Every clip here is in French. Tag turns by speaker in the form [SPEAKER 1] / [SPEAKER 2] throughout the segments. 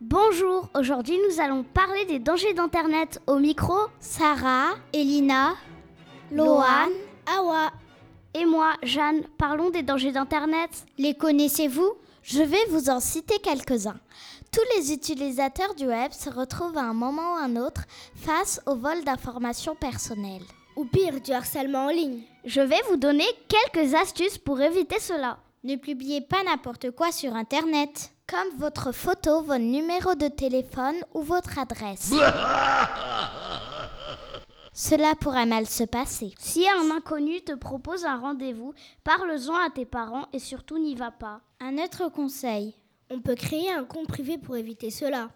[SPEAKER 1] Bonjour, aujourd'hui nous allons parler des dangers d'Internet au micro Sarah,
[SPEAKER 2] Elina,
[SPEAKER 1] Lohan
[SPEAKER 2] Awa,
[SPEAKER 1] et moi, Jeanne. Parlons des dangers d'Internet.
[SPEAKER 2] les connaissez-vous
[SPEAKER 1] Je vais vous en citer quelques-uns. Tous les utilisateurs du web se retrouvent à un moment ou un autre face au vol d'informations personnelles.
[SPEAKER 2] Ou pire, du harcèlement en ligne.
[SPEAKER 1] Je vais vous donner quelques astuces pour éviter cela.
[SPEAKER 2] Ne publiez pas n'importe quoi sur Internet.
[SPEAKER 1] Comme votre photo, votre numéro de téléphone ou votre adresse. Cela pourrait mal se passer. Si un inconnu te propose un rendez-vous, parle-en à tes parents et surtout n'y va pas.
[SPEAKER 2] Un autre conseil. On peut créer un compte privé pour éviter cela.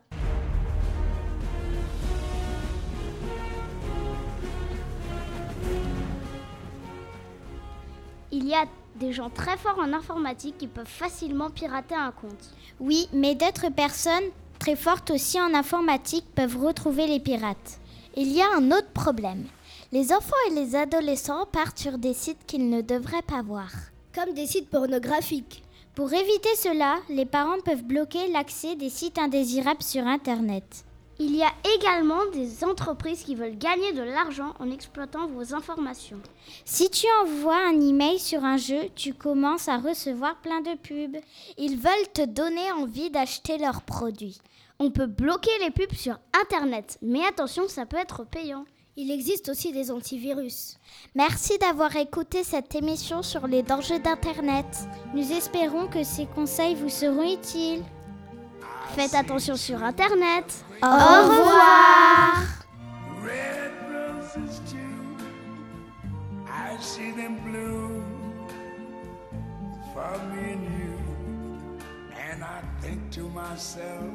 [SPEAKER 1] Il y a des gens très forts en informatique qui peuvent facilement pirater un compte.
[SPEAKER 2] Oui, mais d'autres personnes, très fortes aussi en informatique, peuvent retrouver les pirates.
[SPEAKER 1] Il y a un autre problème. Les enfants et les adolescents partent sur des sites qu'ils ne devraient pas voir.
[SPEAKER 2] Comme des sites pornographiques. Pour éviter cela, les parents peuvent bloquer l'accès des sites indésirables sur Internet.
[SPEAKER 1] Il y a également des entreprises qui veulent gagner de l'argent en exploitant vos informations.
[SPEAKER 2] Si tu envoies un email sur un jeu, tu commences à recevoir plein de pubs.
[SPEAKER 1] Ils veulent te donner envie d'acheter leurs produits. On peut bloquer les pubs sur Internet, mais attention, ça peut être payant.
[SPEAKER 2] Il existe aussi des antivirus.
[SPEAKER 1] Merci d'avoir écouté cette émission sur les dangers d'Internet.
[SPEAKER 2] Nous espérons que ces conseils vous seront utiles.
[SPEAKER 1] Faites attention sur Internet.
[SPEAKER 2] Au revoir
[SPEAKER 3] Red roses too. I see them bloom for me and you. And I think to myself,